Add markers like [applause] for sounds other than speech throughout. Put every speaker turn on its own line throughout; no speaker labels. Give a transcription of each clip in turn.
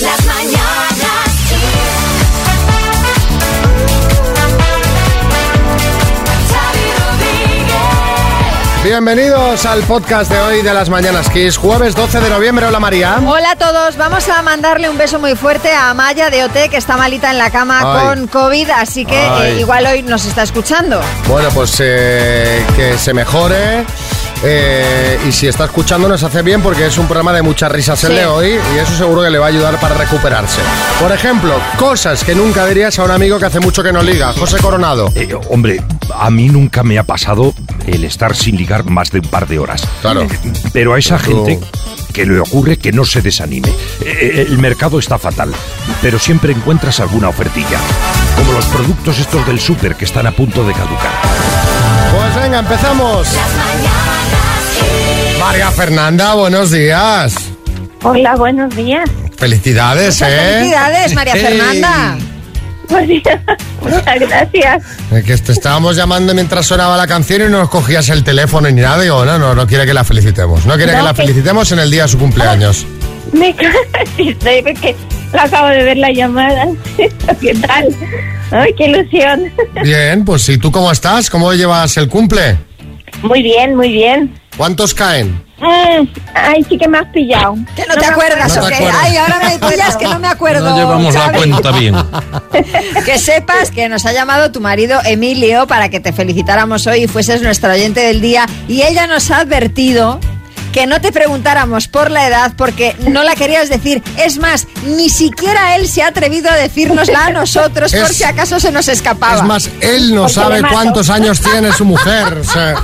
Las mañanas Kiss. Xavi Rodríguez.
Bienvenidos al podcast de hoy de las Mañanas Kiss, jueves 12 de noviembre. Hola María.
Hola a todos, vamos a mandarle un beso muy fuerte a Amaya de OT que está malita en la cama
Ay.
con COVID, así que
Ay.
eh, igual hoy nos está escuchando.
Bueno, pues eh, que se mejore. eh, y si está escuchando nos hace bien porque es un programa de muchas risas el
Sí.
de hoy y eso seguro que le va a ayudar para recuperarse. Por ejemplo, cosas que nunca dirías a un amigo que hace mucho que no liga, José Coronado.
Eh, hombre, a mí nunca me ha pasado el estar sin ligar más de un par de horas.
Claro.
Pero a esa
Pero-
gente que le ocurre que no se desanime. Eh, El mercado está fatal, pero siempre encuentras alguna ofertilla. Como los productos estos del súper que están a punto de caducar.
Pues venga, empezamos. María Fernanda, buenos días.
Hola, buenos días.
Felicidades,
Muchas
¿eh?
felicidades, María
Ey.
Fernanda.
Muchas gracias.
Eh, Que te estábamos llamando mientras sonaba la canción y no nos cogías el teléfono ni nada. Digo, no, no, no quiere que la felicitemos. No quiere
No,
que la
que-
felicitemos en el día de su cumpleaños.
Me sí, estoy porque acabo de ver la llamada. [laughs] ¿Qué tal? Ay, qué ilusión.
Bien, pues ¿y tú cómo estás? ¿Cómo llevas el cumple?
Muy bien, muy bien.
¿Cuántos caen?
Mm, ay, sí que me has pillado.
Que no, te
me
acuerdas,
No
¿o
te
qué?
acuerdas.
Ay, ahora
[laughs]
me pillas que no me acuerdo.
[laughs]
No llevamos la
Xavi.
cuenta bien.
Que sepas que nos ha llamado tu marido Emilio para que te felicitáramos hoy y fueses nuestra oyente del día y ella nos ha advertido que no te preguntáramos por la edad porque no la querías decir. Es más, ni siquiera él se ha atrevido a decírnosla a nosotros por
Es-
si acaso se nos escapaba.
Es más, él no
Porque
Pues
sabe
le mato.
cuántos años tiene su mujer. o sea.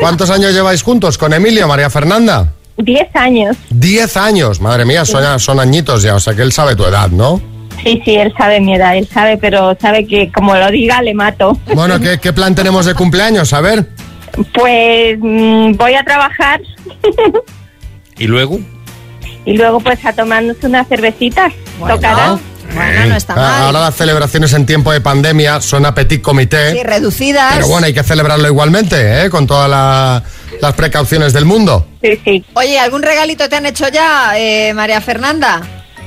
¿Cuántos años lleváis juntos con Emilio, María Fernanda?
Diez años.
Diez años. Madre mía, son, son añitos ya, o sea que él sabe tu edad, ¿no?
Sí, sí, él sabe mi edad, él sabe, pero sabe que como lo diga, le mato.
Bueno, ¿qué, qué plan tenemos de cumpleaños? A ver.
[laughs] Pues mm, voy a trabajar
¿Y luego?
y luego pues a tomarnos unas cervecitas.
Bueno,
Eh,
Tocará.
bueno, no está
Ah, Ahora
mal.
las celebraciones en tiempo de pandemia son a petit comité.
Sí, reducidas.
pero bueno, hay que celebrarlo igualmente, ¿eh? con todas la- las precauciones del mundo.
Sí, sí.
Oye, ¿algún regalito te han hecho ya, eh, María Fernanda?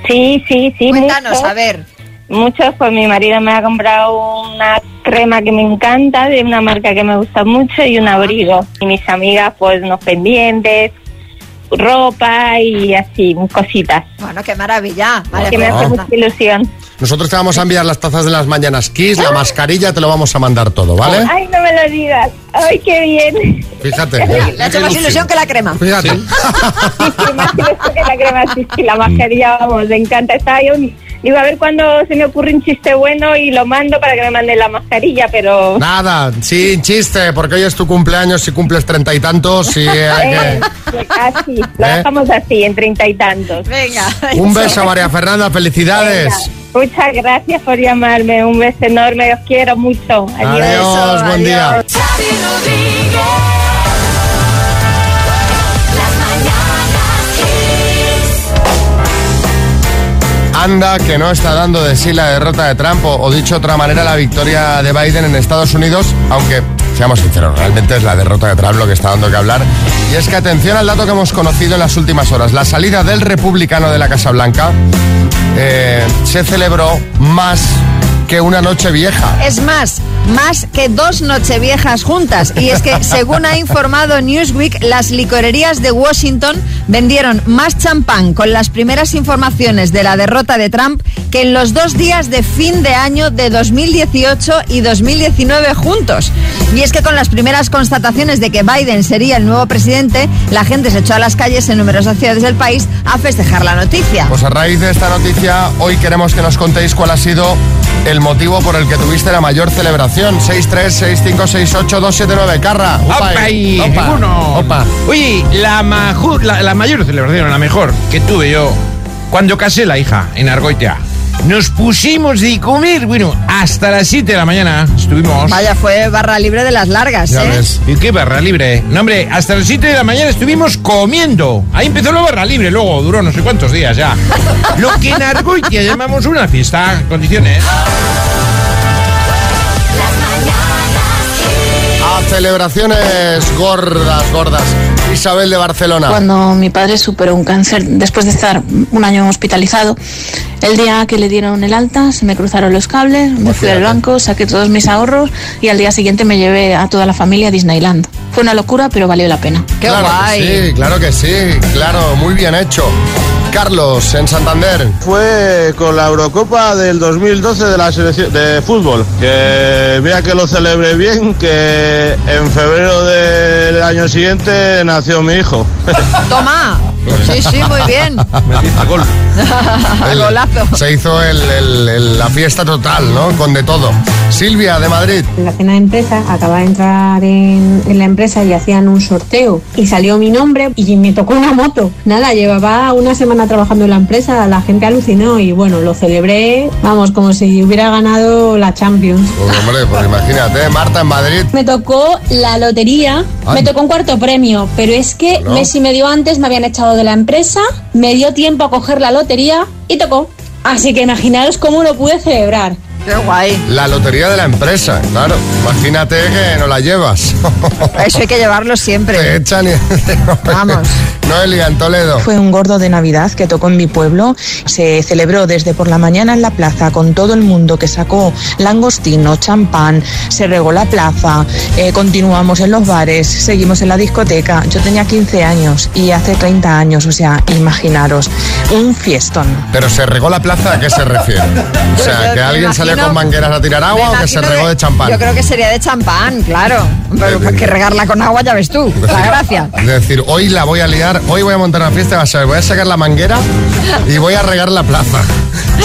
Sí, sí, sí.
Cuéntanos,
mucho.
a ver.
Muchos, pues mi marido me ha comprado una crema que me encanta, de una marca que me gusta mucho y un abrigo. Y mis amigas, pues unos pendientes, ropa y así, cositas.
Bueno, qué maravilla, pues, María
que me hace
Fernanda.
mucha ilusión.
Nosotros te vamos a enviar las tazas de las mañanas Kiss, la mascarilla, te lo vamos a mandar todo, ¿vale?
Ay, no me lo digas. Ay, qué bien.
Fíjate.
Le ha hecho más ilusión que la crema.
Fíjate. Ah,
Sí, sí, más que eso que la crema, sí, sí, la mascarilla, vamos, me encanta. Estaba yo, digo, a ver cuándo se me ocurre un chiste bueno y lo mando para que me manden la mascarilla, pero...
Nada, sin chiste, porque hoy es tu cumpleaños, si cumples treinta y tantos, y hay
Eh,
que-
así, lo
Eh.
dejamos así, en treinta y tantos.
Venga.
Un beso, María Fernanda, felicidades.
Muchas gracias por llamarme. Un beso enorme. Os quiero mucho. Adiós.
Adiós, buen día.
Xavi Rodríguez. Las mañanas Kiss.
Anda, que no está dando de sí la derrota de Trump, o o dicho de otra manera, la victoria de Biden en Estados Unidos, aunque, seamos sinceros, realmente es la derrota de Trump lo que está dando que hablar. Y es que atención al dato que hemos conocido en las últimas horas. La salida del republicano de la Casa Blanca eh, se celebró más que una noche vieja.
Es más, más que dos nocheviejas juntas. Y es que, según ha informado Newsweek, las licorerías de Washington vendieron más champán con las primeras informaciones de la derrota de Trump que en los dos días de fin de año de 2018 y 2019 juntos. Y es que con las primeras constataciones de que Biden sería el nuevo presidente, la gente se echó a las calles en numerosas ciudades del país a festejar la noticia.
Pues a raíz de esta noticia, hoy queremos que nos contéis cuál ha sido el motivo por el que tuviste la mayor celebración. 636568279, Carra.
¡Opa! ahí!
Opa.
¡Ninguno!
Opa.
Oye, la, maju- la, la mayor celebración, la mejor que tuve yo, cuando casé la hija en Argoitea, nos pusimos de comer, bueno, hasta las 7 de la mañana estuvimos.
Vaya, fue barra libre de las largas,
Ya
¿eh?
ves.
¿Y qué barra libre? No, hombre, hasta las 7 de la mañana estuvimos comiendo. Ahí empezó la barra libre, luego duró no sé cuántos días
[laughs]
ya. Lo que en Argoitia llamamos una fiesta, condiciones.
Las mañanas Kiss.
A celebraciones gordas, gordas. Isabel de
Ah.
Barcelona.
Cuando mi padre superó un cáncer, después de estar un año hospitalizado, el día que le dieron el alta, se me cruzaron los cables, me fui al banco, saqué todos mis ahorros y al día siguiente me llevé a toda la familia a Disneyland. Fue una locura, pero valió la pena.
Qué
claro
guay.
Que sí, claro que sí, claro, muy bien hecho. Carlos, en Santander.
Fue con la Eurocopa del 2012 de la selección de fútbol. Que vea que lo celebre bien, que en febrero del año siguiente nació mi hijo.
Toma. Sí, sí, muy bien.
El-
Golazo.
Se hizo el- el- el- la fiesta total, ¿no? Con de todo. Silvia, de Madrid.
En la cena de empresa, acababa de entrar en, en la empresa y hacían un sorteo y salió mi nombre y me tocó una moto. Nada, llevaba una semana trabajando en la empresa, la gente alucinó y bueno, lo celebré, vamos, como si hubiera ganado la Champions.
Pues, hombre, pues imagínate, Marta, en Madrid.
Me tocó la lotería,
Ay.
me tocó un cuarto premio, pero es que
Bueno.
Messi me dio antes, me habían echado de la empresa, me dio tiempo a coger la lotería y tocó. Así que imaginaros cómo lo pude celebrar.
Qué
[laughs]
guay.
La lotería de la empresa, claro. Imagínate que no la llevas. [laughs]
Eso hay que llevarlo siempre.
Te echan y... [laughs]
Vamos.
Noelia, en Toledo.
Fue un gordo de Navidad que tocó en mi pueblo. Se celebró desde por la mañana en la plaza con todo el mundo que sacó langostino, champán, se regó la plaza, eh, continuamos en los bares, seguimos en la discoteca. Yo tenía 15 años y hace 30 años, o sea, imaginaros, un fiestón.
Pero se regó la plaza, ¿a qué se refiere?
[laughs]
O
Yo-
sea,
yo
que
me
alguien salió
imagino-
con mangueras a tirar agua
Me
o que se
imagino
regó
que-
de champán.
Yo creo que sería de champán, claro. Pero pues, que regarla con agua ya ves
[laughs]
tú. La gracia.
Es decir, hoy la voy a liar, hoy voy a montar una fiesta, vas a ver, voy a sacar la manguera y voy a regar la plaza.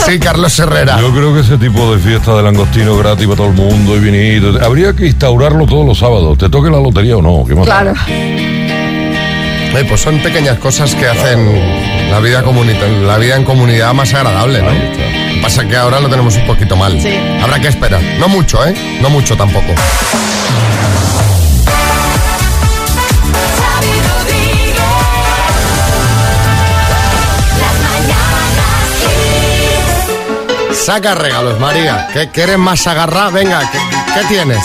Sí, Carlos Herrera.
Yo creo que ese tipo de fiesta de langostino gratis para todo el mundo y vinito, habría que instaurarlo todos los sábados, te toque la lotería o no. ¿qué más?
Claro.
Eh, pues son pequeñas cosas que hacen la vida, comunita- la vida en comunidad más agradable, ¿no? Pasa que ahora lo tenemos un poquito mal.
Sí.
Habrá que esperar. No mucho, ¿eh? No mucho tampoco.
Xavi Rodríguez. Las mañanas Kiss.
Saca regalos, María. ¿Qué, que eres más agarrada? Venga, ¿qué, qué tienes?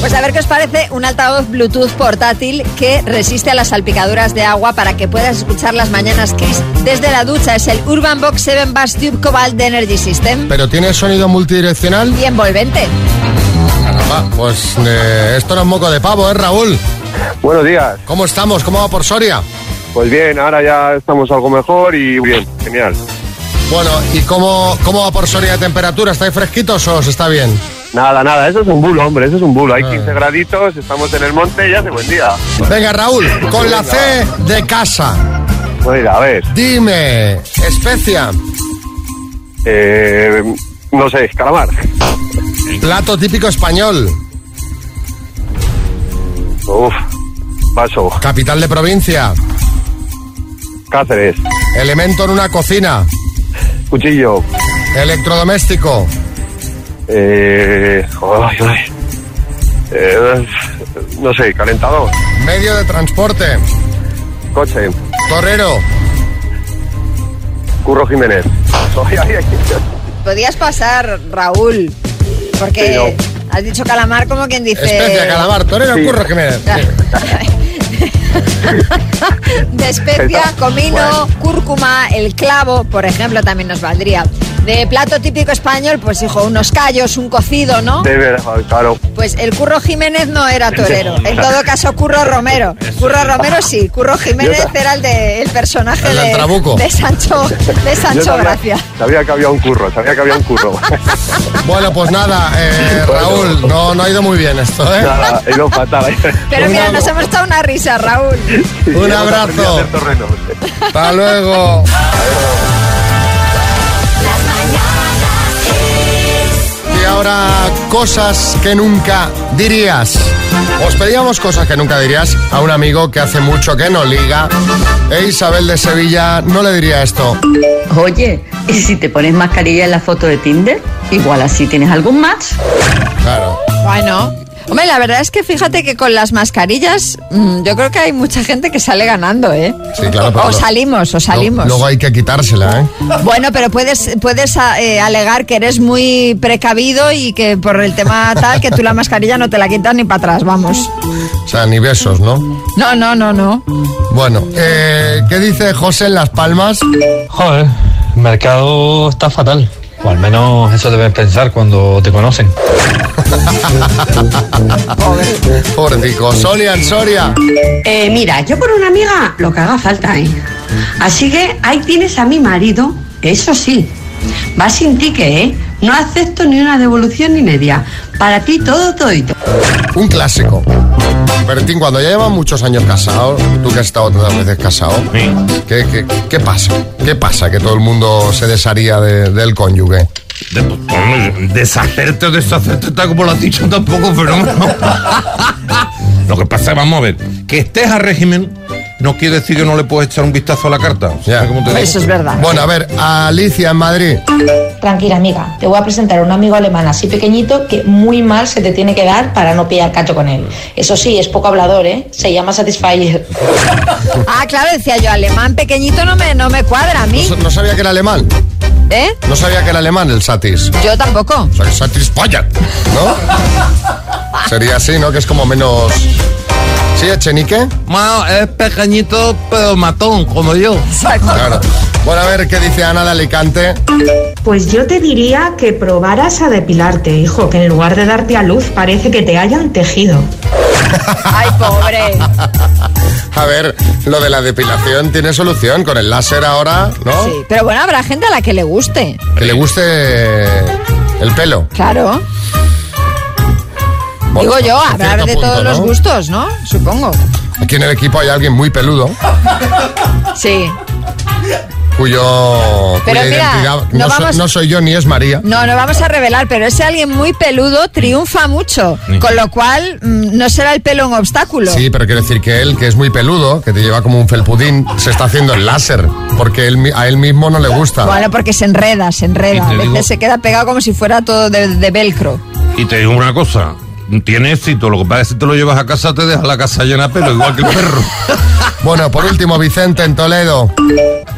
Pues a ver qué os parece un altavoz Bluetooth portátil que resiste a las salpicaduras de agua para que puedas escuchar las mañanas Kiss desde la ducha. Es el Urban Box 7 Bass Tube Cobalt de Energy System.
¿Pero tiene sonido multidireccional?
Y envolvente.
Caramba, pues eh, esto no es moco de pavo, ¿eh, Raúl?
Buenos días.
¿Cómo estamos? ¿Cómo va por Soria?
Pues bien, ahora ya estamos algo mejor y bien, genial.
Bueno, ¿y cómo, cómo va por Soria de temperatura? ¿Estáis fresquitos o os está bien?
Nada, nada, eso es un bulo, hombre, eso es un bulo.
Ah.
Hay 15 graditos, estamos en el monte y hace buen día.
Venga, Raúl, con la C de casa.
Bueno, Pues mira, a ver,
Dime, especia,
eh, no sé, calamar.
plato típico español,
Uf, paso,
capital de provincia,
Cáceres,
elemento en una cocina,
cuchillo,
electrodoméstico,
eh, ay, ay. Eh, no sé, calentador,
medio de transporte,
coche,
torero.
Curro Jiménez. Ay, ay, ay.
Podías pasar, Raúl, porque
Sí,
has dicho calamar como quien dice...
Especia, calamar, torero,
Sí.
curro,
[laughs]
Jiménez.
De especia, comino, cúrcuma, el clavo, por ejemplo, también nos valdría. De plato típico español, pues hijo, unos callos, un cocido, ¿no?
De verdad, claro.
Pues el Curro Jiménez no era torero. En todo caso, Curro Romero. Curro Romero sí. Curro Jiménez era el, de, el personaje
El del
de,
trabuco.
de Sancho, de
Yo
Sancho
sabía-
Gracia.
Sabía que había un curro, sabía que había un
[laughs]
curro. [laughs]
Bueno, pues nada, eh, Raúl, no, no ha ido muy bien esto, ¿eh?
Nada, he ido fatal. ¿eh?
Pero mira,
Un
nos hemos echado una risa, Raúl.
Un abrazo. Hasta luego.
Las mañanas Kiss.
Y ahora, cosas que nunca dirías. Os pedíamos cosas que nunca dirías a un amigo que hace mucho que no liga. E Isabel de Sevilla no le diría esto.
Oye, ¿y si te pones mascarilla en la foto de Tinder? Igual así tienes algún match.
Claro.
Bueno. Hombre, la verdad es que fíjate que con las mascarillas mm, yo creo que hay mucha gente que sale ganando, ¿eh?
Sí, claro, pero
o
lo-
salimos, o salimos.
Luego hay que quitársela, ¿eh?
Bueno, pero puedes, puedes a- eh, alegar que eres muy precavido y que por el tema tal que tú la mascarilla no te la quitas ni para atrás, vamos.
O sea, ni besos, ¿no?
No, no, no, no.
Bueno, eh, ¿qué dice José en Las Palmas?
Joder, el mercado está fatal. O al menos eso debes pensar cuando te conocen.
[laughs] Pobrecito, Sonia en Soria.
Eh, mira, yo por una amiga lo que haga falta, ¿eh? Así que ahí tienes a mi marido, eso sí. Va sin tique, ¿eh? No acepto ni una devolución ni media. Para ti todo, todito.
Un clásico. Bertín, cuando ya llevan muchos años casados, tú que has estado tantas veces casado, ¿qué, qué, qué pasa? ¿Qué pasa que todo el mundo se desharía de- del cónyugue?
pues, Deshacerte o deshacerte está como lo has dicho tampoco un fenómeno.
[laughs]
lo que pasa, vamos a ver, que estés a régimen no quiere decir que no le puedes echar un vistazo a la carta. ¿Sabes cómo te digo?
Bueno, a ver, Alicia en Madrid.
Tranquila, amiga, te voy a presentar a un amigo alemán así pequeñito que muy mal se te tiene que dar para no pillar cacho con él. Eso sí, es poco hablador, ¿eh? Se llama Satisfyer.
Ah, claro, decía yo, alemán pequeñito no me, no me cuadra a mí,
No sabía que era alemán.
¿eh?
No sabía que era alemán el Satis.
Yo tampoco.
O sea, que Satis Fayad, ¿no? Sería así, ¿no? Que es como menos... ¿Sí, Echenique?
Bueno, es pequeñito pero matón, como yo.
Claro. Bueno, a ver qué dice Ana de Alicante.
Pues yo te diría que probaras a depilarte, hijo, que en lugar de darte a luz parece que te hayan tejido.
Ay, pobre.
A ver, lo de la depilación tiene solución con el láser ahora, ¿no?
Sí, pero bueno, habrá gente a la que le guste.
Que le guste el pelo.
Claro. Digo yo, habrá de todos los gustos, ¿no? Supongo.
Aquí en el equipo hay alguien muy peludo
Sí.
cuyo
Pero
cuya
mira,
identidad
no
no, so-
vamos-
no soy yo ni es María.
No, no vamos a revelar, pero ese alguien muy peludo triunfa mucho,
Sí.
con lo cual mm, no será el pelo un obstáculo.
Sí, pero quiero decir que él, que es muy peludo, que te lleva como un felpudín, se está haciendo el láser porque él mi- a él mismo no le gusta.
Bueno, porque se enreda, se enreda.
Y
A
te
veces
digo-
se queda pegado como si fuera todo de, de velcro.
Y te digo una cosa, tiene éxito, lo que pasa es que si te lo llevas a casa te deja la casa llena de pelo, igual que el perro.
Bueno, por último, Vicente en Toledo.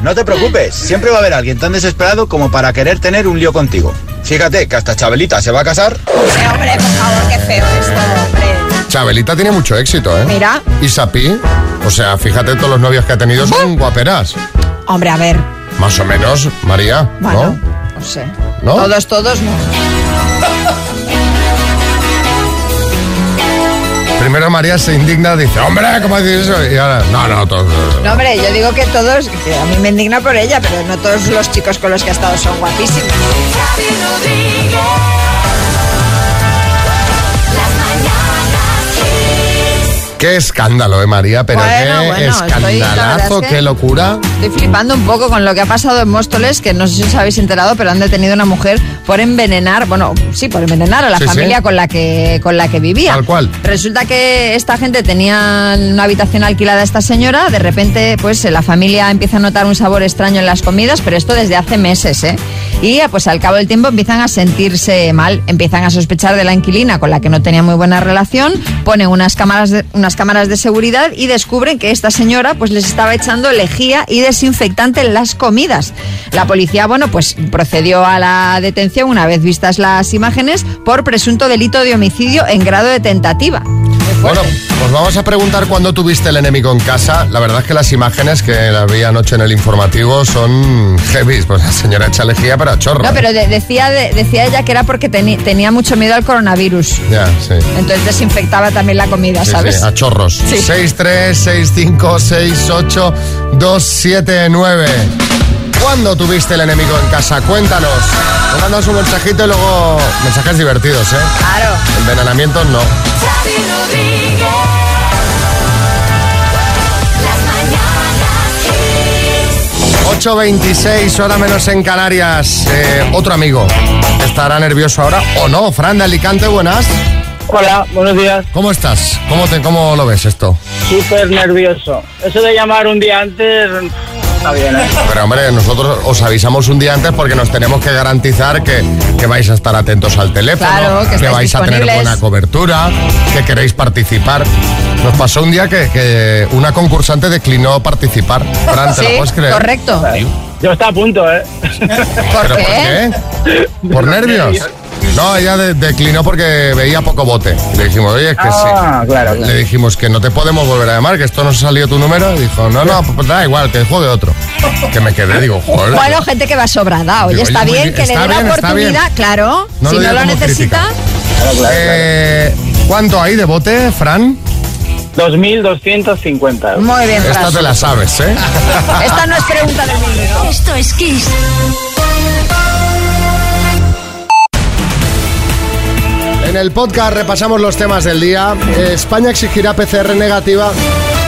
No te preocupes, siempre va a haber alguien tan desesperado como para querer tener un lío contigo. Fíjate que hasta Chabelita se va a casar.
hombre, por favor, qué feo esto, hombre.
Chabelita tiene mucho éxito, ¿eh?
Mira.
Y Sapí, o sea, fíjate todos los novios que ha tenido son guaperas.
Hombre, a ver,
Más o menos, María,
Bueno.
¿no?
no sé.
¿No?
Todos, todos no.
Primero María se indigna, dice, hombre, ¿cómo dices eso? Y ahora, no, no, todo.
No, hombre, yo digo que todos, que a mí me indigna por ella, pero no todos los chicos con los que ha estado son guapísimos.
Qué escándalo, ¿eh, María? Pero
Bueno,
qué
bueno, estoy- la
escandalazo,
verdad es que-
qué locura.
Estoy flipando un poco con lo que ha pasado en Móstoles, que no sé si os habéis enterado, pero han detenido a una mujer por envenenar, bueno, sí, por envenenar a la
Sí, sí.
familia con la que con la que vivía.
Tal cual.
Resulta que esta gente tenía una habitación alquilada a esta señora, de repente pues eh, la familia empieza a notar un sabor extraño en las comidas, pero esto desde hace meses, ¿eh? Y eh, pues al cabo del tiempo empiezan a sentirse mal, empiezan a sospechar de la inquilina con la que no tenía muy buena relación, ponen unas cámaras de, unas cámaras de seguridad y descubren que esta señora pues les estaba echando lejía y desinfectante en las comidas. La policía, bueno, pues procedió a la detención una vez vistas las imágenes por presunto delito de homicidio en grado de tentativa.
Bueno, pues vamos a preguntar cuándo tuviste el enemigo en casa. La verdad es que las imágenes que las vi anoche en el informativo son heavy. Pues la señora echa lejía para chorro.
No,
¿eh?
pero de- decía, de- decía ella que era porque teni- tenía mucho miedo al coronavirus.
Ya, sí.
Entonces desinfectaba también la comida,
Sí, ah.
¿sabes?
sí, a chorros.
Sí.
6, 3, 6, 5, 6, 8, 2, 7, 9. ¿Cuándo tuviste el enemigo en casa? Cuéntanos. Nos mandas un mensajito y luego mensajes divertidos, ¿eh?
Claro.
Envenenamientos no.
Las mañanas Kiss.
8.26, hora menos en Canarias. Eh, otro amigo. ¿Estará nervioso ahora o no? Fran de Alicante, buenas.
Hola, buenos días.
¿Cómo estás? ¿Cómo, te, cómo lo ves esto?
Súper nervioso. Eso de llamar un día antes está bien, ¿eh?
Pero hombre, nosotros os avisamos un día antes porque nos tenemos que garantizar que, que vais a estar atentos al teléfono,
Claro, que estáis
vais a tener
disponibles.
buena cobertura, que queréis participar. Nos pasó un día que, que una concursante declinó participar. Fran, ¿te
Sí,
lo puedes creer?
correcto.
Yo estaba a punto, ¿eh?
¿Pero por qué? ¿Por nervios? No, ella de- declinó porque veía poco bote. Le dijimos, oye, es que
Ah,
sí.
claro, claro.
Le dijimos que no te podemos volver a llamar, que esto no salió tu número. Y dijo, no, no, pues da igual, que juegue otro. Que me quedé, digo, joder.
Bueno, gente que va sobrada. Oye,
Digo,
está
oye, muy
bien
bien,
que le
está
dé la
bien, está bien.
oportunidad, claro.
No
si no
lo diga
lo
como
necesita,
Eh, ¿Cuánto hay de bote, Fran?
2.250.
Muy bien,
Esta
Fran.
te la sabes, ¿eh?
[laughs] esta no es pregunta del millón.
Esto es Kiss.
En el podcast repasamos los temas del día. Eh, España exigirá PCR negativa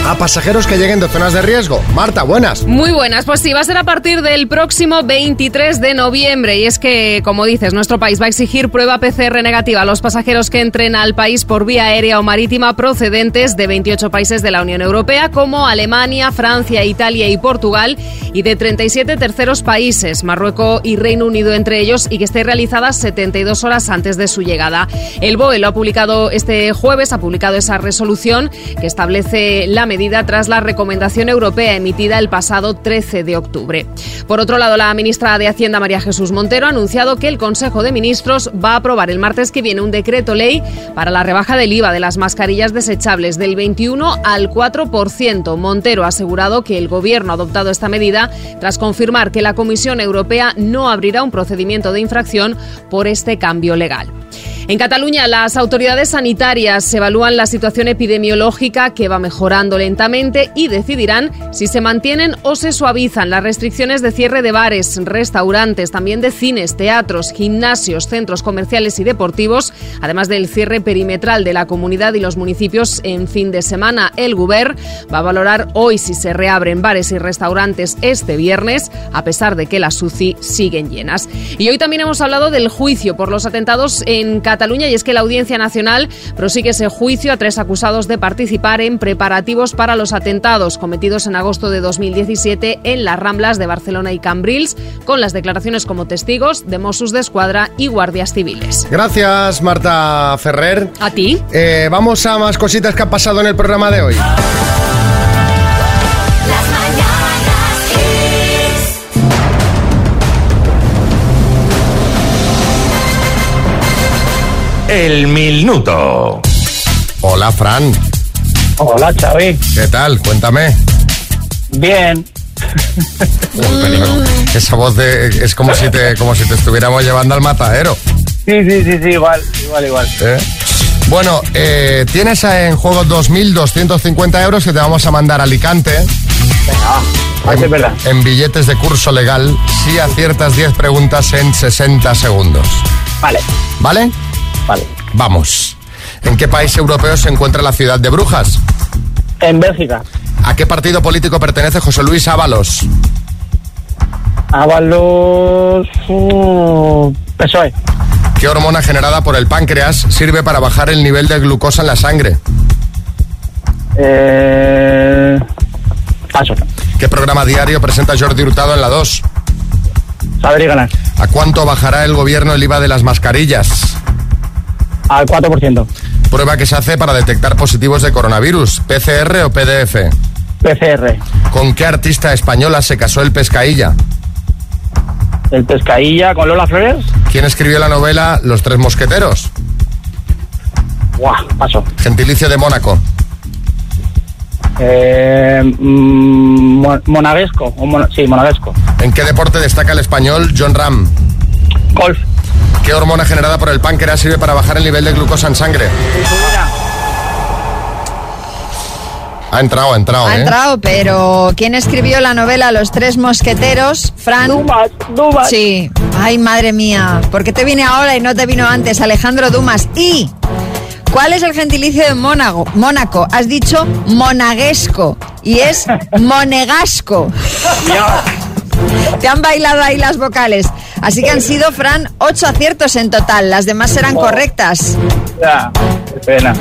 a pasajeros que lleguen de zonas de riesgo. Marta, buenas.
Muy buenas, pues sí, va a ser a partir del próximo 23 de noviembre. Y es que, como dices, nuestro país va a exigir prueba PCR negativa a los pasajeros que entren al país por vía aérea o marítima procedentes de 28 países de la Unión Europea, como Alemania, Francia, Italia y Portugal, y de 37 terceros países, Marruecos y Reino Unido entre ellos, y que esté realizada 72 horas antes de su llegada. El BOE lo ha publicado este jueves, ha publicado esa resolución que establece la medida tras la recomendación europea emitida el pasado 13 de octubre. Por otro lado, la ministra de Hacienda María Jesús Montero ha anunciado que el Consejo de Ministros va a aprobar el martes que viene un decreto ley para la rebaja del IVA de las mascarillas desechables del 21 al 4%. Montero ha asegurado que el gobierno ha adoptado esta medida tras confirmar que la Comisión Europea no abrirá un procedimiento de infracción por este cambio legal. En Cataluña, las autoridades sanitarias evalúan la situación epidemiológica que va mejorando lentamente y decidirán si se mantienen o se suavizan las restricciones de cierre de bares, restaurantes, también de cines, teatros, gimnasios, centros comerciales y deportivos, además del cierre perimetral de la comunidad y los municipios en fin de semana. El Guber va a valorar hoy si se reabren bares y restaurantes este viernes, a pesar de que las UCI siguen llenas. Y hoy también hemos hablado del juicio por los atentados en Cataluña y es que la Audiencia Nacional prosigue ese juicio a tres acusados de participar en preparativos para los atentados cometidos en agosto de 2017 en las Ramblas de Barcelona y Cambrils, con las declaraciones como testigos de Mossos de Escuadra y guardias civiles.
Gracias, Marta Ferrer. Eh,
A ti.
vamos a más cositas que ha pasado en el programa de hoy.
El minuto.
Hola, Fran.
Hola, Xavi.
¿Qué tal? Cuéntame. [laughs]
Bien.
Esa voz de- es como si, te, como si te estuviéramos llevando al matadero.
Sí, sí, sí, sí, igual, igual, igual.
¿eh? Bueno, eh, tienes en juego 2.250 euros que te vamos a mandar a Alicante. en, en billetes de curso legal si aciertas 10 preguntas en 60 segundos.
Vale.
¿Vale?
Vale.
Vamos. ¿En qué país europeo se encuentra la ciudad de Brujas?
En Bélgica.
¿A qué partido político pertenece José Luis Ábalos?
[laughs] Ábalos. uh, PSOE.
¿Qué hormona generada por el páncreas sirve para bajar el nivel de glucosa en la sangre?
Eh, paso.
¿Qué programa diario presenta Jordi Hurtado en la 2?
Saber y ganar.
¿A cuánto bajará el gobierno el IVA de las mascarillas?
Al 4%.
Prueba que se hace para detectar positivos de coronavirus, PCR o PDF.
PCR.
¿Con qué artista española se casó el Pescailla?
El Pescailla con Lola Flores.
¿Quién escribió la novela Los Tres Mosqueteros?
Buah, paso.
Gentilicio de Mónaco.
Eh, mm, mon- monaguesco. o mon- sí, monaguesco.
¿En qué deporte destaca el español John Ram?
Golf.
¿Qué hormona generada por el páncreas sirve para bajar el nivel de glucosa en sangre? Ha entrado, ha entrado,
Ha
¿eh?
entrado, pero ¿quién escribió la novela Los Tres Mosqueteros? Fran.
Dumas, Dumas.
Sí. Ay, madre mía. ¿Por qué te viene ahora y no te vino antes, Alejandro Dumas? Y. ¿Cuál es el gentilicio de Mónaco? Mónaco. Has dicho monaguesco y
[laughs]
es monegasco. Te han bailado ahí las vocales. Así que han sido, Fran, ocho aciertos en total. Las demás eran correctas.
[laughs] Ya, qué pena.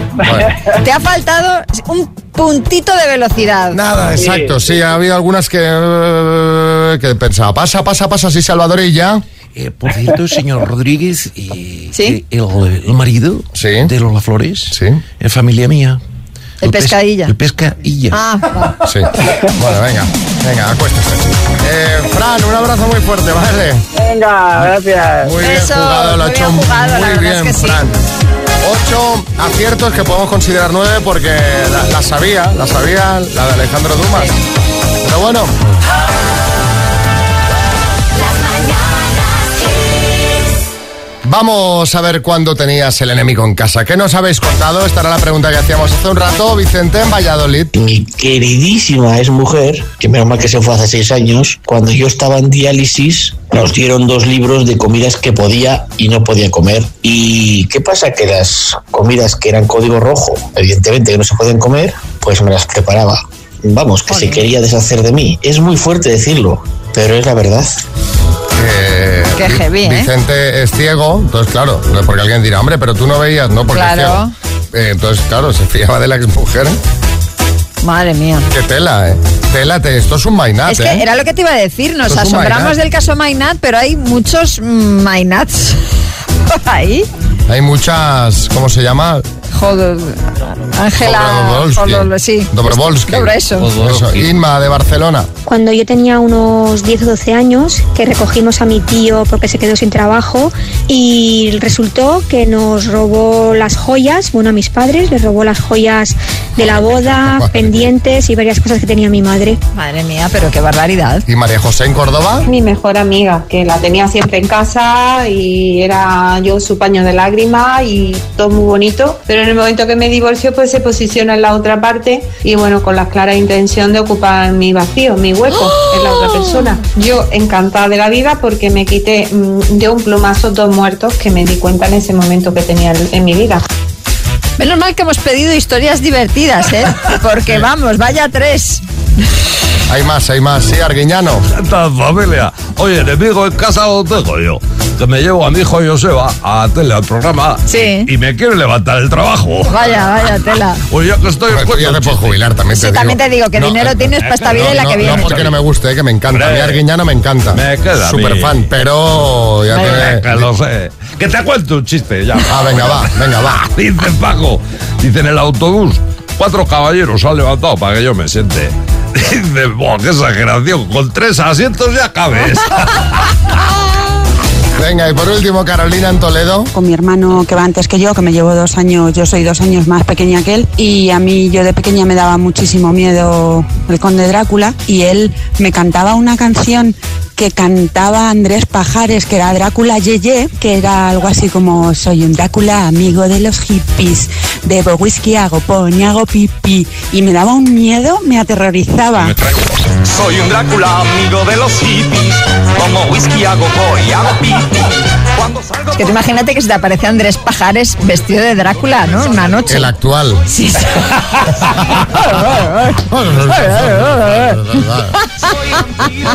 Te ha faltado un puntito de velocidad.
Nada, exacto. Sí, ha habido algunas que, eh, que pensaba, pasa, pasa, pasa, sí, Salvador y ya.
Eh, por cierto, señor Rodríguez, eh,
Sí.
eh, el, el marido de Lola Flores, es familia mía.
El
pes-
pescadilla.
El pescadilla.
Ah, va.
Sí. Bueno, venga, venga, acuéstese. Eh, Fran, un abrazo muy fuerte, ¿vale?
Venga, gracias.
Muy bien jugado, lo ha hecho muy bien, Fran. Ocho aciertos que podemos considerar nueve porque la, la sabía, la sabía la de Alejandro Dumas. Pero bueno, vamos a ver cuándo tenías el enemigo en casa. ¿Qué nos habéis contado? Esta era la pregunta que hacíamos hace un rato, Vicente, en Valladolid.
Mi queridísima es mujer, que menos mal que se fue hace seis años, cuando yo estaba en diálisis nos dieron dos libros de comidas que podía y no podía comer. ¿Y qué pasa? Que las comidas que eran código rojo, evidentemente que no se podían comer, pues me las preparaba. Vamos, que se quería deshacer de mí. Es muy fuerte decirlo, pero es la verdad.
Eh,
Qué
Vi-
heavy, ¿eh?
Vicente es ciego, entonces claro, porque alguien dirá, hombre, pero tú no veías, no, porque
Claro.
es ciego. Eh, entonces, claro, se fiaba de la exmujer.
Madre mía.
Qué tela, ¿eh? Tela, te- esto es un mainate,
Es que era lo que te iba a decir, nos
Esto es ¿eh? Pues un
asombramos
Mainat.
del caso Mainat, pero hay muchos mm, Mainats [laughs] por ahí.
Hay muchas, ¿cómo se llama?
Joder, Ángela,
Dobrovolsky.
Jodol- sí.
Dobrovolsky.
Sobre eso.
Eso, Inma de Barcelona.
Cuando yo tenía unos 10 o 12 años, que recogimos a mi tío porque se quedó sin trabajo y resultó que nos robó las joyas, bueno, a mis padres, les robó las joyas de la boda, pendientes y varias cosas que tenía mi madre.
Madre mía, pero qué barbaridad.
¿Y María José en Córdoba?
Mi mejor amiga, que la tenía siempre en casa y era yo su paño de lágrima y todo muy bonito. Pero en el momento que me divorció, pues se posiciona en la otra parte y bueno, con la clara intención de ocupar mi vacío, mi hueco en la
¡Oh!
otra persona. Yo encantada de la vida porque me quité mm, de un plumazo dos muertos que me di cuenta en ese momento que tenía en- en mi vida.
Menos mal que hemos pedido historias divertidas,
[laughs]
¿eh? Porque vamos, vaya tres.
Hay más, hay más. Sí,
[laughs]
Arguiñano.
Tanta familia. Oye, enemigo en casa lo tengo yo. Que me llevo a mi hijo Joseba a tele al programa.
Sí.
Y me quiere levantar el trabajo.
Vaya, vaya tela.
Pues yo que estoy en
Ya te puedes jubilar también.
Sí,
te
también
digo. eh,
te digo que dinero tienes para esta vida y la que viene.
No porque no me guste, eh, que me encanta. A mí Arguiñano me encanta. Me
queda a mí.
Super fan, pero ya
Venga,
tiene...
que lo sé. Que te cuento un chiste ya.
Ah, venga, va, venga, va.
[laughs] Dice Paco, dice en el autobús, cuatro caballeros se han levantado para que yo me siente. [laughs] Dice, "Buah, qué exageración, con tres asientos ya cabes.
Venga, y por último, Carolina en Toledo.
Con mi hermano que va antes que yo, que me llevo dos años, yo soy dos años más pequeña que él, y a mí yo de pequeña me daba muchísimo miedo el conde Drácula, y él me cantaba una canción que cantaba Andrés Pajares, que era Drácula Yeye, que era algo así como soy un Drácula amigo de los hippies, bebo whisky, hago pony, hago pipí, y me daba un miedo, me aterrorizaba.
[laughs] Soy un Drácula, amigo de los hippies. Como whisky hago boy, hago piti. Cuando salgo
Es que tú imagínate que se te aparece Andrés Pajares vestido de Drácula, ¿no? En Una noche.
El actual.
Sí, sí.
[laughs]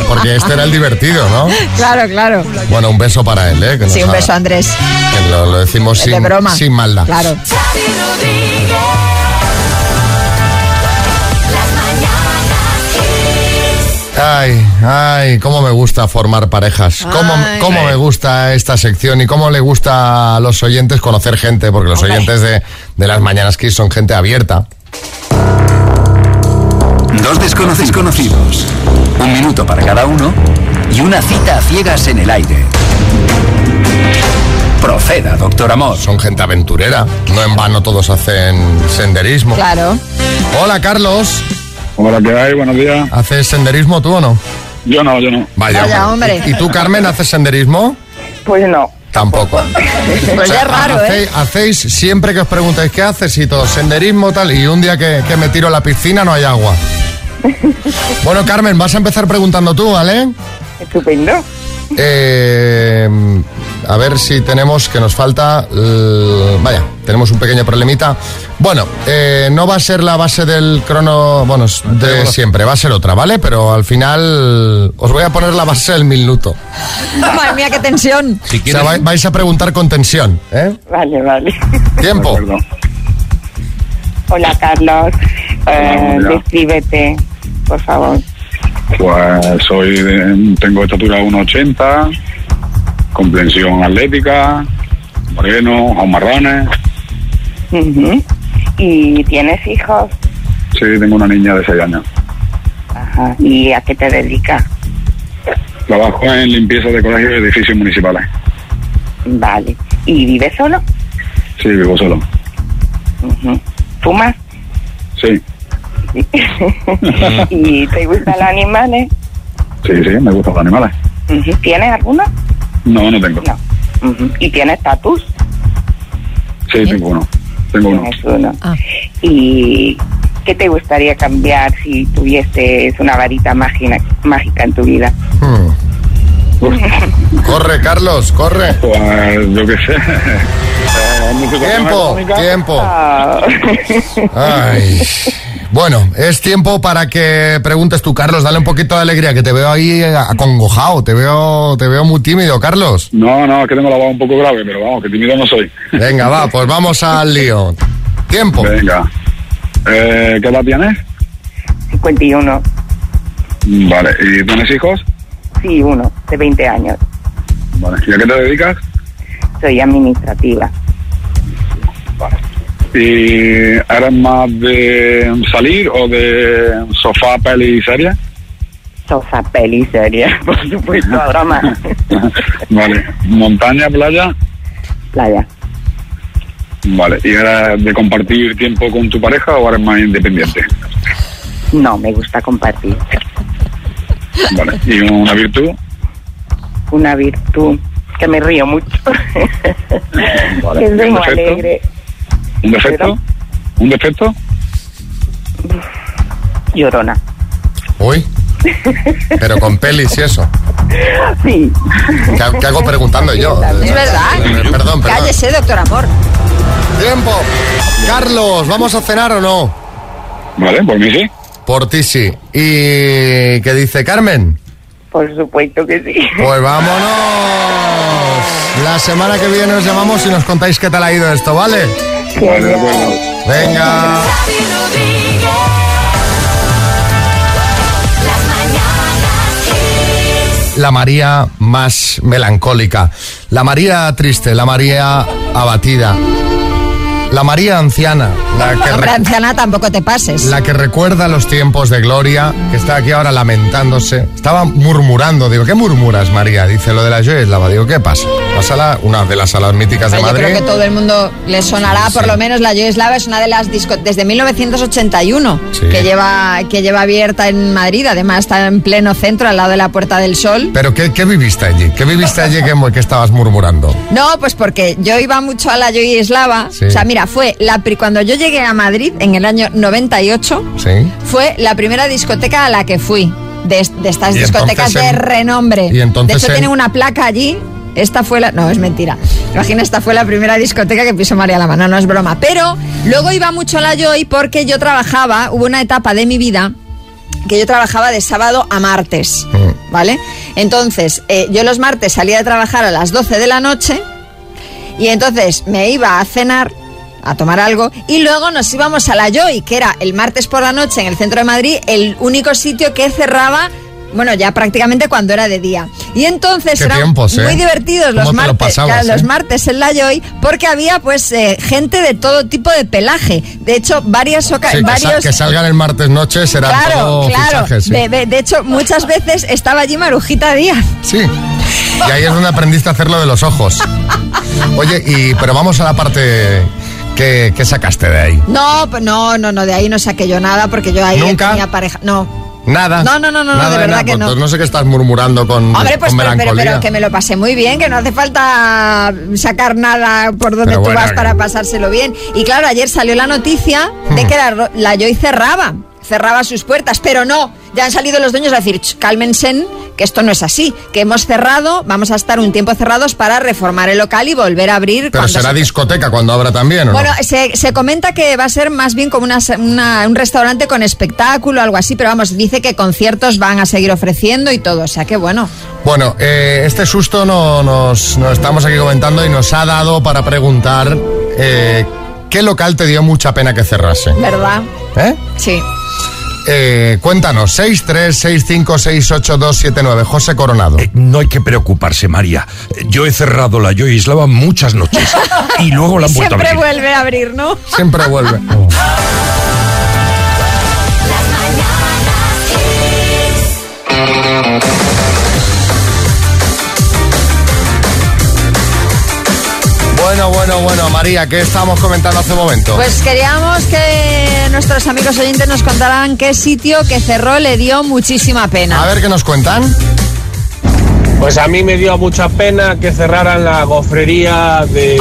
Porque este era el divertido, ¿no?
Claro, claro.
Bueno, un beso para él, ¿eh? Que
Sí,
nos
un
ha-
beso, Andrés.
que lo, lo decimos
de
sin,
broma.
sin maldad.
Claro.
Ay, ay, cómo me gusta formar parejas. Cómo,
Ay.
cómo me gusta esta sección y cómo le gusta a los oyentes conocer gente, porque los oyentes de, de las Mañanas Kiss son gente abierta.
Dos desconocidos conocidos, un minuto para cada uno y una cita a ciegas en el aire.
Proceda, doctor Amor. Son gente aventurera. No en vano todos hacen senderismo.
Claro.
Hola, Carlos.
Hola, ¿qué hay? Buenos días.
¿Haces senderismo tú o no?
Yo no, yo no.
Vaya,
Vaya, hombre.
¿Y tú, Carmen, haces senderismo?
Pues no.
Tampoco.
[laughs] Pues ya es raro, ¿eh?
hacéis, hacéis siempre que os preguntáis qué haces y todo, senderismo tal, y un día que, que me tiro a la piscina no
[laughs]
hay agua. Bueno, Carmen, vas a empezar preguntando tú, ¿vale? Estupendo. a ver si tenemos, que nos falta... eh, vaya, tenemos un pequeño problemita. Bueno, eh, no va a ser la base del crono, bueno, es de siempre, va a ser otra, ¿vale? Pero al final os voy a poner la base del minuto.
Madre mía, qué tensión.
O sea, vai- vais a preguntar con tensión, ¿eh?
Vale, vale.
Tiempo.
Hola, Carlos. Ah,
Eh,
mira.
descríbete, por favor.
Pues soy de- tengo estatura 1,80, complexión atlética, moreno, ojos marrones.
Ujú. ¿Y tienes hijos?
Sí, tengo una niña de 6 años.
Ajá. ¿Y a qué te dedicas?
Trabajo en limpieza de colegios y edificios municipales.
Vale. ¿Y vives solo?
Sí, vivo solo.
Ujú. ¿Fumas? [laughs]
Sí,
¿Y te gustan los animales?
[laughs] sí, sí, me gustan los animales.
Ujú. ¿Tienes alguno?
No, no tengo.
No. Ujú. ¿Y tienes tatus?
Sí, tengo uno. Tengo uno.
Tienes uno. ¿Y qué te gustaría cambiar si tuvieses una varita mágina- mágica en tu vida?
Hmm.
[laughs]
Corre, Carlos, corre.
Pues yo qué
[laughs]
sé. Eh,
Tiempo, tiempo.
[laughs]
Ay. Bueno, es tiempo para que preguntes tú, Carlos. Dale un poquito de alegría, que te veo ahí eh, acongojado. Te veo, te veo muy tímido, Carlos.
No, no, es que tengo la voz un poco grave, pero vamos, que tímido no soy.
Venga, va, pues
[laughs]
vamos al lío. Tiempo.
Venga. Eh, ¿Qué edad tienes?
51.
Vale, ¿y tienes hijos?
Sí, uno, de 20 años.
Vale, ¿y a qué te dedicas?
Soy administrativa.
¿Y Eh, eres más de salir o de sofá, peli y serie?
Sofá, peli, serie, [laughs] por supuesto, ahora más.
[laughs] Vale, ¿montaña, playa?
Playa.
Vale, ¿y eres de compartir tiempo con tu pareja o eres más independiente?
No, me gusta compartir.
Vale, ¿y una virtud?
Una virtud que me río mucho. [laughs]
Vale,
que soy
¿y
muy
un defecto?
alegre.
¿Un defecto? ¿Un defecto?
Llorona.
Uy. Pero con pelis y eso.
Sí.
¿Qué, qué hago preguntando yo?
Es verdad.
Perdón, perdón.
Cállese, doctor amor.
Tiempo. Carlos, ¿vamos a cenar o no?
Vale, por mí sí.
Por ti sí. ¿Y qué dice Carmen?
Por supuesto que sí.
Pues vámonos. La semana que viene nos llamamos y nos contáis qué tal ha ido esto, ¿vale?
Vale, de acuerdo.
Venga. La María más melancólica, la María triste, la María abatida, la María anciana, la que
Hombre,
Ah, re-
anciana, tampoco te pases.
la que recuerda los tiempos de gloria, que está aquí ahora lamentándose. Estaba murmurando, digo, ¿qué murmuras, María? Dice lo de la Joyeslava. Digo, ¿qué pasa? La sala, una de las salas míticas de
Yo
Madrid.
creo que todo el mundo le sonará, por lo menos la Joyeslava es una de las discos desde 1981
Sí.
que lleva que lleva abierta en Madrid, además está en pleno centro al lado de la Puerta del Sol.
Pero ¿qué, qué viviste allí? ¿Qué viviste allí que, que estabas murmurando?
No, pues porque yo iba mucho a la Joyeslava.
Sí.
O sea, mira, fue la pri- cuando yo llegué a Madrid en el año 98,
Sí.
fue la primera discoteca a la que fui. De, est- de estas
Y
discotecas
entonces
de
en-
renombre.
y entonces
de hecho,
en-
tienen una placa allí. Esta fue la. No, es mentira. Imagina, esta fue la primera discoteca que pisó María Lama. No, no es broma. Pero luego iba mucho a la Joy porque yo trabajaba. Hubo una etapa de mi vida que yo trabajaba de sábado a martes.
Mm.
¿Vale? Entonces, eh, yo los martes salía de trabajar a las 12 de la noche. Y entonces me iba a cenar, a tomar algo, y luego nos íbamos a la Joy, que era el martes por la noche en el centro de Madrid, el único sitio que cerraba. Bueno, ya prácticamente cuando era de día. Y entonces
Qué
eran
tiempos, ¿eh?
muy divertidos los
¿Cómo te lo
martes,
pasabas,
claro, los
eh?
martes en la Joy, porque había pues eh, gente de todo tipo de pelaje. De hecho, varias oca-
Sí, que, sal-
varios
que salgan el martes noche serán
Claro,
todo
claro.
fichajes, sí.
De, de- de hecho, muchas veces estaba allí Marujita Díaz.
Sí. Y ahí es donde aprendiste a hacerlo de
[laughs]
los ojos. Oye, y pero vamos a la parte que, que sacaste de ahí.
No, pues no, no, no, de ahí no saqué yo nada porque yo ahí tenía pareja. No.
Nada.
No, no, no, no, no,
Nada
de verdad
nada.
que no.
Pues No sé qué estás murmurando con,
Hombre, pues
con
pero, pero-
melancolía.
pero que me lo pasé muy bien, que no hace falta sacar nada por donde
Pero
tú
bueno,
vas
que-
para pasárselo bien. Y claro, ayer salió la noticia de
Hmm.
que la, ro- la Joy cerraba, cerraba sus puertas, pero no, ya han salido los dueños a decir, "Ch, cálmense, que esto no es así, que hemos cerrado, vamos a estar un tiempo cerrados para reformar el local y volver a abrir.
Pero
cuando
será
se-
discoteca cuando abra también, ¿o no?
Bueno, eh- se, se comenta que va a ser más bien como una, una- un restaurante con espectáculo, algo así, pero vamos, dice que conciertos van a seguir ofreciendo y todo, o sea que bueno.
Bueno, eh, este susto no, nos, nos estamos aquí comentando y nos ha dado para preguntar eh, ¿Qué local te dio mucha pena que cerrase?
¿Verdad?
¿Eh?
Sí.
Eh, cuéntanos, 636568279, José Coronado.
Eh, No hay que preocuparse, María. Yo he cerrado la Yoislava muchas noches y luego la han vuelto a
Siempre
abrir.
vuelve a abrir, ¿no?
Siempre
[laughs]
vuelve. Bueno, bueno, bueno, María, ¿qué estamos comentando hace un momento?
Pues queríamos que nuestros amigos oyentes nos contaran qué sitio que cerró le dio muchísima pena.
A ver qué nos cuentan.
Pues a mí me dio mucha pena que cerraran la gofrería de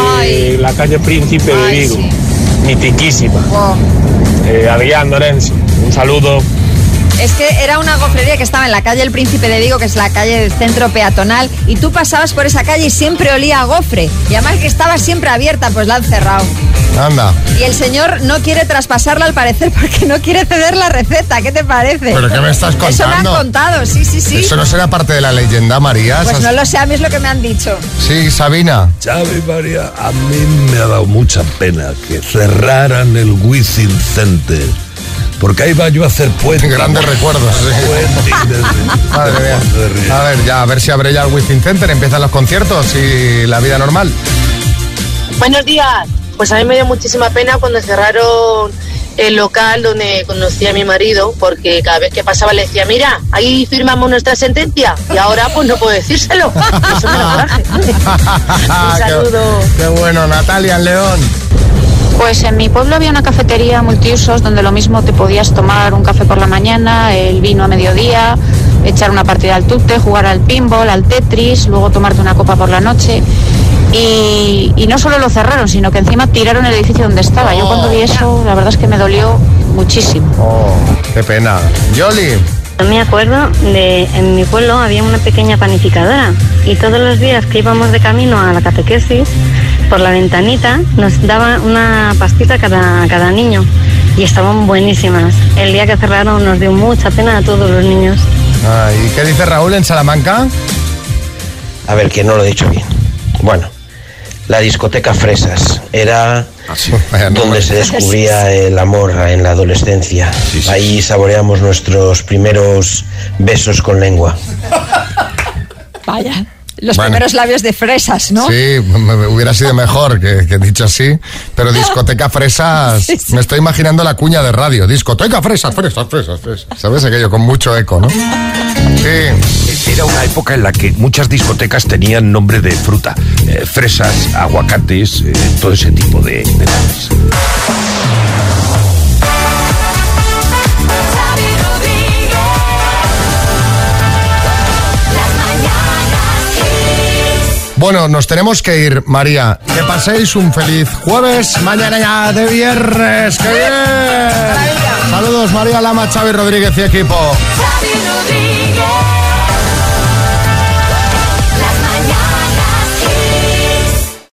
la calle Príncipe de Vigo. Mitiquísima. Eh, Adrián Dorense, un saludo.
Es que era una gofrería que estaba en la calle El Príncipe de Vigo, que es la calle del centro peatonal, y tú pasabas por esa calle y siempre olía a gofre. Y además que estaba siempre abierta, pues la han cerrado.
Anda.
Y el señor no quiere traspasarla al parecer [laughs] porque no quiere ceder la receta. ¿Qué te parece?
¿Pero qué me estás
Eso me han
contando?
contado, sí, sí, sí.
Eso no será parte de la leyenda, María.
Pues
Esas-
no lo sé, a mí es lo que me han dicho.
Sí, Sabina. [laughs]
Xavi María, a mí me ha dado mucha pena que cerraran el Wizzing Center. Porque ahí va yo a hacer puente.
Grandes recuerdos, sí. Madre mía. A ver, ya, a ver si abre ya el Within Center, empiezan los conciertos y la vida normal. [laughs]
Buenos días. Pues a mí me dio muchísima pena cuando cerraron el local donde conocí a mi marido, porque cada vez que pasaba le decía, mira, ahí firmamos nuestra sentencia y ahora pues no puedo decírselo. [laughs] Eso me da coraje.
Un
saludo.
Qué, bueno, Natalia en León.
Pues en mi pueblo había una cafetería multiusos donde lo mismo te podías tomar un café por la mañana, el vino a mediodía, echar una partida al tute, jugar al pinball, al tetris, luego tomarte una copa por la noche. Y, y no solo lo cerraron, sino que encima tiraron el edificio donde estaba. Yo cuando vi eso, la verdad es que me dolió muchísimo.
Oh, qué pena. Yoli.
Yo me acuerdo de en mi pueblo había una pequeña panificadora y todos los días que íbamos de camino a la catequesis, por la ventanita nos daban una pastita cada, cada niño y estaban buenísimas. El día que cerraron nos dio mucha pena a todos los niños.
Ah, ¿Y qué dice Raúl en Salamanca?
A ver, que no lo he dicho bien. Bueno, la discoteca Fresas era donde se descubría el amor en la adolescencia. Ahí saboreamos nuestros primeros besos con lengua.
Vaya. Los
Bueno.
primeros labios de fresas, ¿no?
Sí, me- me hubiera sido mejor que, que dicho así. Pero discoteca fresas. Me estoy imaginando la cuña de radio. Discoteca fresas, fresas, fresas, fresas. ¿Sabes aquello? Con mucho eco, ¿no?
Era una época en la que muchas discotecas tenían nombre de fruta. Eh, fresas, aguacates, eh, todo ese tipo de... de cosas.
Bueno, nos tenemos que ir, María. Que paséis un feliz jueves, mañana ya de viernes. ¡Qué bien! Saludos, María Lama, Xavi Rodríguez y equipo.
Xavi Rodríguez.